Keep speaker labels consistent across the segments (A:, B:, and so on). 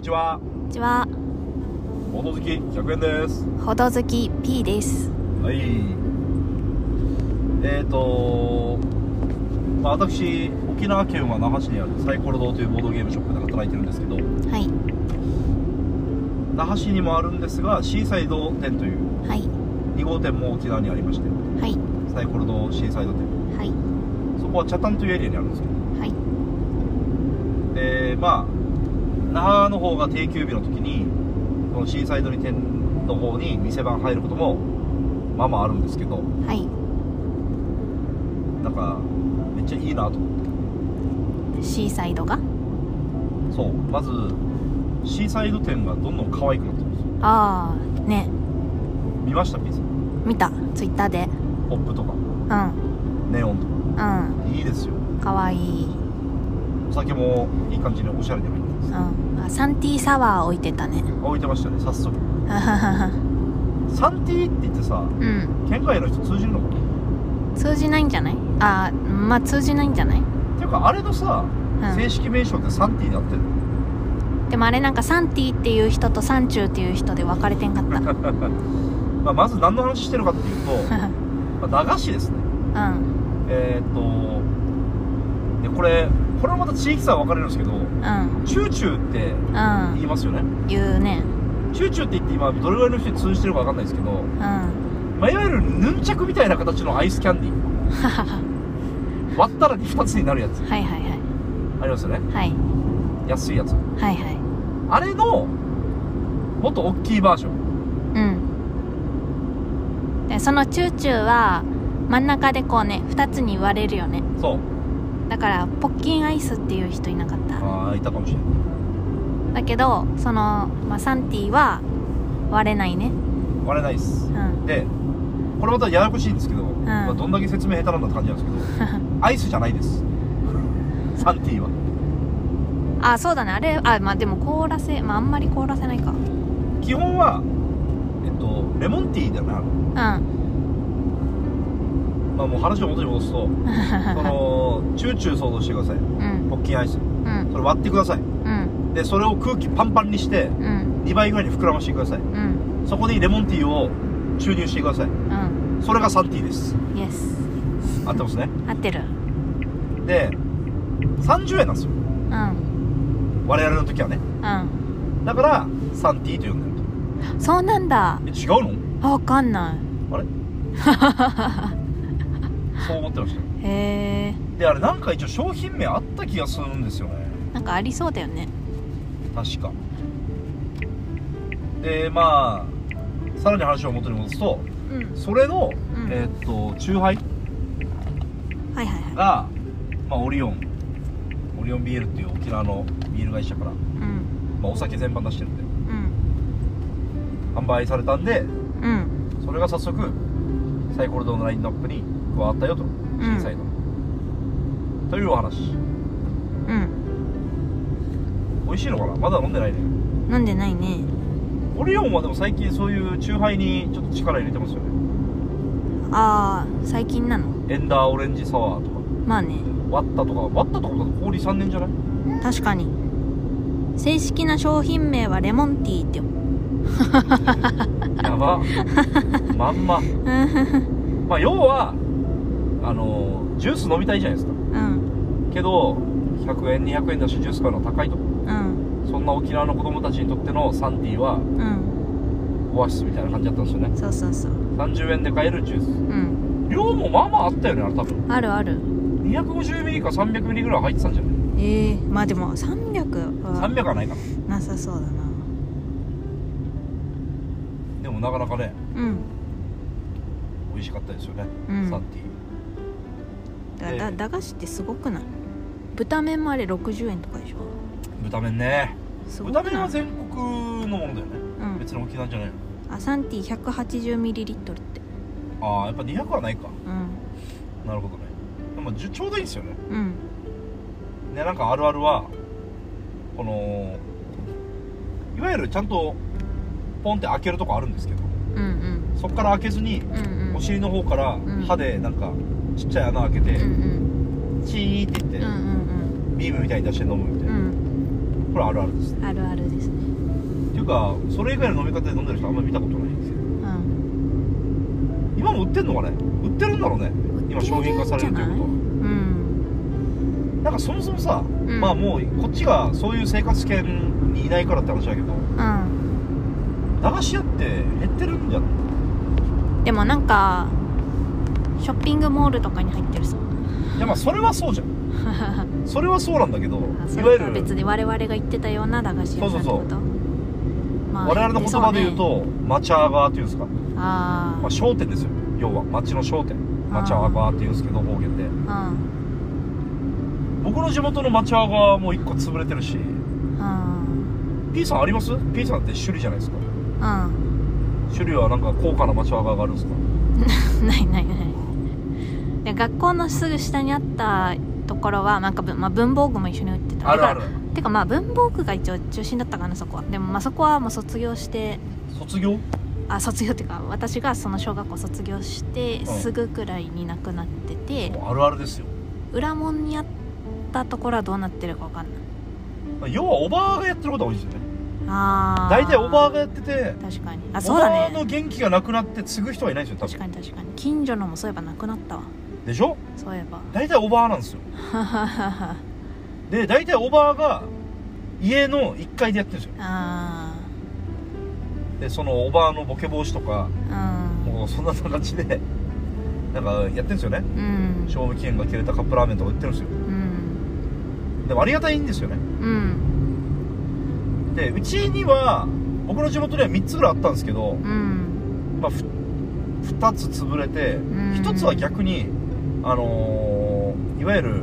A: ちは
B: こんにちは、
A: 物好き100円です
B: ほど好き P です。
A: はいえーとまあ私沖縄県は那覇市にあるサイコロ堂というボードゲームショップで働いてるんですけど
B: はい、
A: 那覇市にもあるんですがシーサイド店という
B: はい、
A: 2号店も沖縄にありまして
B: はい、
A: サイコロ堂シーサイド店
B: はい、
A: そこは北谷というエリアにあるんですけど
B: はい、
A: でまあ那覇の方が定休日の時にこのシーサイドに店の方に店番入ることもまあまああるんですけど
B: はい。
A: なんかめっちゃいいなと思って
B: シーサイドが
A: そうまずシーサイド店がどんどん可愛くなってるんですよ
B: ああ、ね、
A: 見ましたピザ
B: 見た、ツイッターで。
A: ポップとか
B: うん、
A: ネオンとか
B: うん、
A: いいですよ
B: かわいい。
A: お酒もいい感じにおしゃれで入ってま
B: う
A: す
B: ん、あサンティーサワー置いてたね。
A: あ置いてましたね早速サンティーって言ってさ
B: うん、
A: 県外の人通じるのかなっ
B: 通じないんじゃないああ、まあ通じないんじゃない
A: ていうかあれのさ、正
B: う
A: 式名称ってサンティーになってる
B: ん。でもあれなんかサンティーっていう人とサンチューっていう人で分かれてんかった。
A: まあ、まず何の話してるかっていうと、まあ、駄菓子ですね
B: うん、
A: えーっとでこれこれもまた地域差は分かれるんですけど
B: うん、
A: チューチューって
B: う
A: 言い
B: ん、
A: ますよね
B: 言うね。
A: チューチューって言って今どれぐらいの人に通じてるか分かんないですけど、
B: うん、
A: まあ、いわゆるヌンチャクみたいな形のアイスキャンディ
B: ははは。
A: ー割ったら2つになるやつ
B: はいはいはい。
A: ありますよね
B: はい、
A: 安いやつ
B: はいはい。
A: あれのもっと大きいバージョン
B: うんでそのチューチューは真ん中でこうね2つに割れるよね
A: そう
B: だからポッキンアイスっていう人いなかった
A: ああいたかもしれない
B: だけどその、まあ、サンティは割れないね
A: 割れないっす
B: うん
A: でこれまたややこしいんですけど、まあ、どんだけ説明下手なんだって感じなんですけどアイスじゃないですサンティーは
B: あそうだねあれあまあでも凍らせまああんまり凍らせないかう
A: 基本はえっとレモンティーだよな、ま
B: んは
A: あ、もう話を元に戻すとそのチューチュー想像してください
B: うん
A: ポッキンアイス
B: うん
A: それ割ってください
B: うん
A: でそれを空気パンパンにして
B: うん
A: 2倍ぐらいに膨らましてください
B: うん
A: そこにレモンティーを注入してください
B: うん
A: それがサンティーです
B: イエス
A: 合ってますね
B: 合ってる
A: で30円なんですよ
B: うん
A: 我々の時はね
B: う
A: だからサンティーと呼んでる
B: んそうなんだ
A: とえ違うの
B: あわかんな
A: あれ そう思ってましたよ
B: いへえ
A: であれなんか一応商品名あった気がするんですよね
B: なんかありそうだよね
A: 確かでまあさらに話を元に戻すと
B: うん
A: それの、
B: うん
A: えーっと酎ハイ
B: はいはいはい
A: が、まあ、オリオンオリオンビールっていう沖縄のビール会社から、ま
B: うん
A: あ、お酒全般出してるんで
B: うん
A: 販売されたんで
B: うん
A: それが早速サイコロ堂のラインナップに加わったよと震災の、というお話
B: うん
A: 美味しいのかなまだ飲んでないね
B: 飲んでないね
A: オリオンはでも最近そういう酎ハイにちょっと力入れてますよね
B: ああ最近なの
A: エンダーオレンジサワーとか
B: まあね
A: 割ったとか割ったとかだと氷3年じゃない
B: 確かに正式な商品名はレモンティーって
A: やばまんま
B: うん
A: まあ要はあのージュース飲みたいじゃないですか
B: うん
A: けど100円200円だしジュース買うのは高いと
B: うん
A: そんな沖縄の子供たちにとってのサンティーは
B: うん
A: オアシスみたいな感じだったんですよね
B: そうそうそう
A: 30円で買えるジュース
B: うん
A: 量もまあまああったよねあれ多分
B: あるある
A: 250ミリか300ミリぐらい入ってたんじゃない
B: ええまあでも300は
A: 300はないかな
B: なさそうだな
A: でもなかなかね
B: うん
A: 美味しかったですよね、
B: うん
A: サンティー
B: だ
A: え
B: だ
A: え
B: 駄菓子ってすごくない豚麺もあれ60円とかでしょ
A: 豚麺ね
B: すごくな
A: 豚
B: い
A: 麺は全国のものだよね、
B: うん
A: 別に沖縄じゃないの
B: あサンティー 180ml って
A: ああやっぱ200はないか
B: うん
A: なるほどねでもじゅちょうどいいんですよね
B: うん
A: でなんかあるあるはこのいわゆるちゃんとポンって開けるとこあるんですけど
B: うんうん
A: そっから開けずに
B: うんうん
A: お尻の方から
B: ん
A: 歯でなんかちっちゃい穴開けて
B: うんうん
A: チーっていって
B: うんうん
A: ビームみたいに出して飲むみたい
B: うん
A: な、
B: うん
A: これあるあるです
B: あるあるですね
A: っていうかそれ以外の飲み方で飲んでる人あんまり見たことないんですよ
B: うん
A: 今も売ってんのかね売ってるんだろうね今商品化されるということは
B: うん
A: なんかそもそもさ、
B: ん
A: まあもうこっちがそういう生活圏にいないからって話だけど
B: うん
A: 駄菓子屋って減ってるんじゃん
B: でもなんかショッピングモールとかに入ってるそう
A: いやまあそれはそうじゃん
B: あ
A: それはそうなんだけど
B: そ
A: いわ
B: れ
A: ゆ
B: とは
A: る
B: 別に我々が言ってたような駄菓子屋さんってこと
A: そうそうそ
B: ま
A: 我々の言葉で言う
B: そ
A: と町アガーっていうんですか、
B: うねあ
A: まあ、商店ですよ要は町の商店町アガーっていうんですけど方言で
B: あうん
A: 僕の地元の町アガーも1個潰れてるし
B: うん
A: P さんあります ?P さんって種類じゃないですか
B: うん
A: 種類はなんか高価な町アガーがあるんですか
B: ないないないで学校のすぐ下にあったところはなんかぶ、まあ、文房具も一緒に売ってた
A: あるある
B: てかてかまあ文房具が一応中心だったかなそこはでもまあそこはもう卒業して
A: 卒業
B: あ卒業っていうか私がその小学校卒業して
A: ん
B: すぐくらいになくなってて、
A: もうあるあるですよ
B: 裏門にあったところはどうなってるかわかんない
A: 要はおばあがやってることが多いんですよね
B: ああ
A: 大体おばあがやってて
B: 確かにあ
A: お
B: そう
A: ば
B: だ
A: あ
B: ね
A: の元気がなくなって継ぐ人はいないんですよ多
B: 確
A: 分
B: かに確かに近所のもそういえばなくなったわ
A: でしょ
B: そういえば
A: 大体おばあなんですよ
B: あ
A: で大体おばあが家の1階でやってるんですよ
B: あ
A: でそのおばあのボケ防止とか
B: ーうん
A: もうそんな形でなんかやってるんですよね
B: うん
A: 賞味期限が切れたカップラーメンとか売ってるんですよ
B: うん
A: でもありがたいんですよね
B: うん
A: でうちには僕の地元には3つぐらいあったんですけど、
B: うん
A: まあ、ふ2つ潰れて
B: ん
A: 1つは逆にあのーいわゆる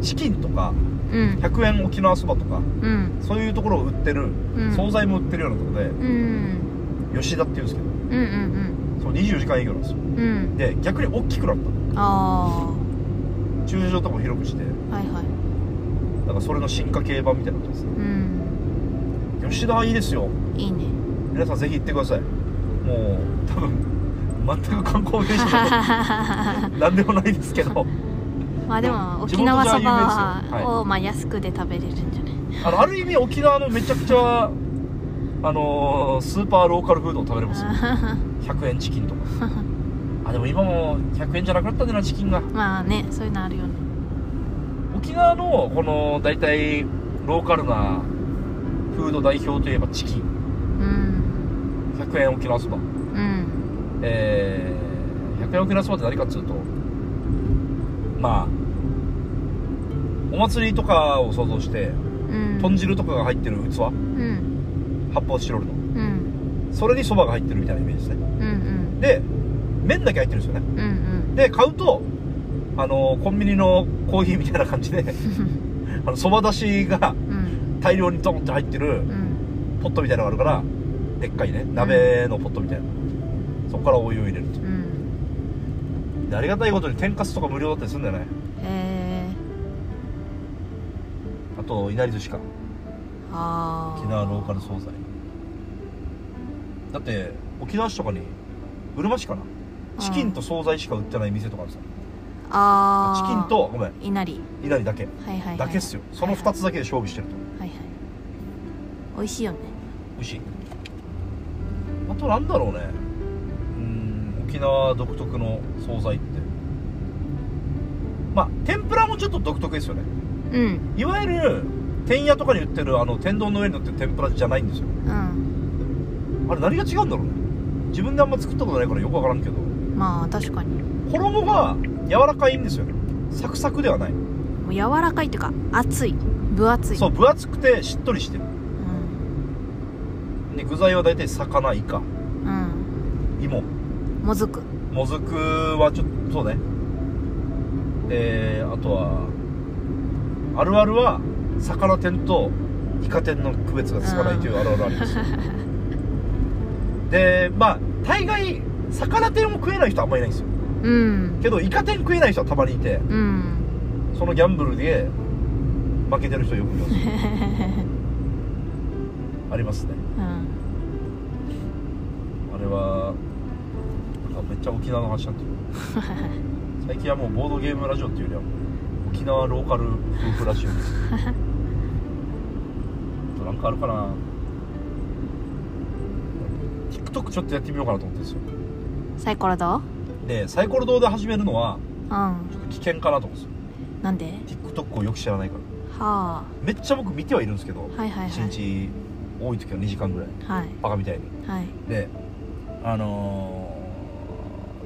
A: チキンとか
B: うん
A: 100円沖縄そばとか
B: うん
A: そういうところを売ってる
B: うん
A: 惣菜も売ってるようなところで
B: うん
A: 吉田っていうんですけど
B: うんうん
A: そう24時間営業なんですよ
B: うんうん
A: で逆に大きくなった
B: あ
A: 駐車場とかも広くして
B: あはいはい
A: だからそれの進化系版みたいなことです
B: うん
A: 吉田はいいですよ
B: いいね
A: 皆さんぜひ行ってくださいもう多分全く観光名所な ん何でもないですけど
B: まあでも沖縄そばをまあ安くで食べれるんじゃない
A: あのある意味沖縄のめちゃくちゃあのースーパーローカルフードを食べれます よ100円チキンとかあでも今も100円じゃなくなったんだなチキンが
B: まあねそういうのあるよね
A: 沖縄のこの大体ローカルなフード代表といえばチキン
B: うん
A: 100円沖縄そば
B: うん
A: えー、100円沖縄そばって何かっつうとまあお祭りとかを想像して
B: うん
A: 豚汁とかが入ってる器
B: うん
A: 発泡スチロールの
B: うん
A: それにそばが入ってるみたいなイメージですね
B: うんうん
A: で麺だけ入ってるんですよね
B: うんうん
A: で買うとあのコンビニのコーヒーみたいな感じで あのそばだしが
B: うん
A: 大量にドンって入ってる
B: うん
A: ポットみたいなのがあるからでっかいね鍋のポットみたいなそこからお湯を入れると
B: うん
A: でありがたいことに天かすとか無料だったりするんだよね
B: え
A: あといなり寿司か
B: ー、あー
A: 沖縄ローカル惣菜だって沖縄市とかにうるま市かなチキンと惣菜しか売ってない店とかあるさ
B: あ
A: チ
B: ー
A: キンとごめん
B: いなり
A: いなりだけ
B: はいはい、はい、
A: だけっすよその2つだけで勝負してると
B: はいはい美味しいよね
A: 美味しいあとなんだろうねうーん沖縄独特の惣菜ってまあ天ぷらもちょっと独特ですよね
B: うん
A: いわゆる天屋とかに売ってるあの天丼の上に乗ってる天ぷらじゃないんですよ
B: うん
A: あれ何が違うんだろうね自分であんま作ったことないからよくわからんけど
B: まあ確かに
A: 衣が柔らかいんですよねサクサクではない
B: もう柔らかいというか熱い分厚い
A: そう分厚くてしっとりしてる
B: うん
A: で具材は大体魚イカ
B: うん
A: 芋
B: もずく
A: もずくはちょっとそうねえー、あとはあるあるは魚店とイカ店の区別がつかないというあるあるありますでまあ大概魚店を食えない人はあんまりいないんですよ
B: うん
A: けどイカ店食えない人はたまにいて
B: うん
A: そのギャンブルで負けてる人よくいますありますね
B: うん
A: あれはなんかめっちゃ沖縄の話になってる 最近はもうボードゲームラジオっていうよりはもう沖縄ローカル夫婦ラジオですなんかあるかな TikTok ちょっとやってみようかなと思ってるんですよ
B: サイコロどう
A: でサイコロ堂で始めるのは
B: うん
A: ちょっと危険かなと思うんで
B: なんです
A: よ TikTok をよく知らないから
B: はあ
A: めっちゃ僕見てはいるんですけど、
B: はいはいは
A: 1
B: い
A: 日多い時は2時間ぐらい
B: はい
A: バカみたいに
B: はい
A: であのー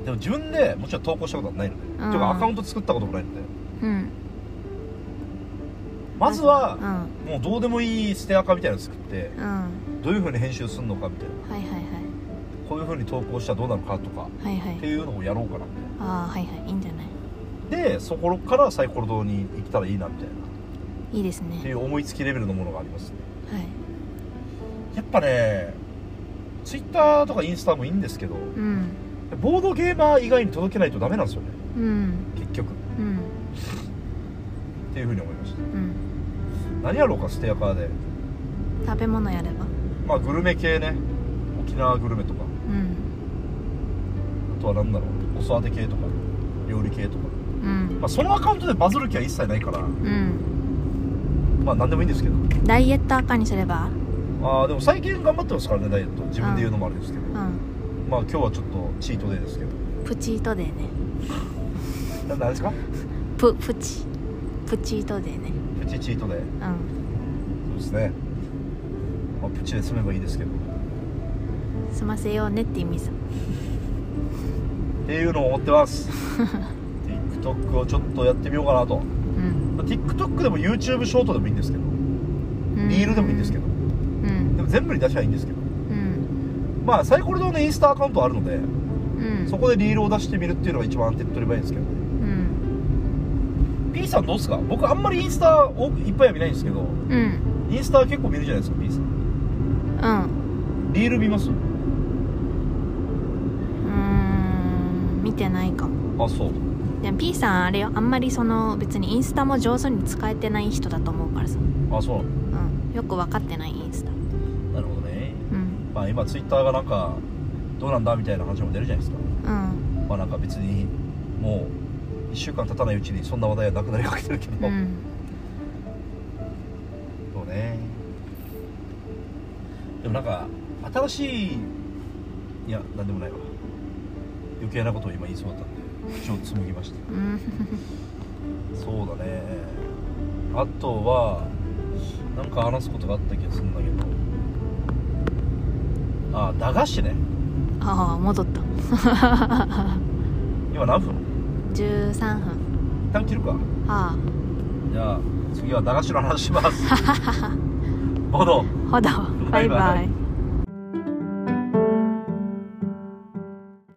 A: でも自分でもちろん投稿したことはないので、
B: うん
A: ていうかアカウント作ったこともないので
B: うん
A: まずは
B: うんうん
A: もうどうでもいい捨てアカみたいなの作って
B: は
A: どういうふうに編集するのかみたいない
B: はいは
A: こういうふうに投稿したらどうなのかとか
B: いはい
A: って
B: は
A: い
B: い
A: うのをやろうかなみ
B: ああはいはいいいんじゃない
A: たいなでそこからサイコロ堂に行ったらいいなみたいない
B: いです
A: って
B: ね
A: いう思いつきレベルのものがあります
B: はい
A: やっぱねツイッターとかインスタもいいんですけど
B: うん
A: ボードゲーマー以外に届けないとダメなんですよね
B: うん
A: 結局っ
B: うん
A: ていうふうに思いました
B: うん
A: 何やろうかステアカーで
B: 食べ物やれば
A: まあグルメ系ね沖縄グルメとか
B: うん
A: あとは何だろうお育て系とか料理系とか、
B: うん
A: まあ、そのアカウントでバズる気は一切ないから
B: うん
A: まあ何でもいいんですけど
B: ダイエット赤にすれば
A: あーでも最近頑張ってますからねダイエット自分で言うのもあれですけど、
B: うん
A: まあ今日はちょっとチートデーですけど
B: プチートデーね
A: な何ですか
B: ププチプチートデーね
A: プチチートデー
B: うん
A: そうですね、まあ、プチで済めばいいですけどっ
B: 済ませようねって意味さ
A: ていうのを思ってます TikTok をちょっとやってみようかなと、
B: うん
A: まあ TikTok でも YouTube ショートでもいいんですけど
B: うん
A: リールでもいいんですけど
B: うん
A: でも全部に出しゃいいんですけど
B: うん
A: まあサイコロ堂のインスタアカウントあるので
B: うん
A: そこでリールを出してみるっていうのが一番手っ取り早いんですけどね
B: うん
A: P さんどうっすか僕あんまりインスタ多くいっぱいは見ないんですけど
B: うん
A: インスタは結構見るじゃないですか P さん
B: うん
A: リール見ます
B: うーん見てないかも
A: あそう
B: でも P さんあれよあんまりその別にインスタも上手に使えてない人だと思うからさ、
A: あそう
B: うん、よく分かってないインスタ
A: なるほどね
B: うん
A: まあ今ツイッターがなんかどうなんだみたいな話も出るじゃないですか
B: うん
A: まあなんか別にもう1週間経たないうちにそんな話題はなくなりかけてるけど、
B: うん
A: そうねでもなんか新しいいやなんでもないわ余計なことを今言いそうだったんで口を紡ぎました
B: うん
A: そうだねあとはなんか話すことがあった気がするんだけどあ駄菓子ね
B: ああ戻った
A: 今何分
B: 13分
A: 一旦切るか
B: あ
A: じゃあ次は駄菓子の話しますボード
B: あほどバイバイ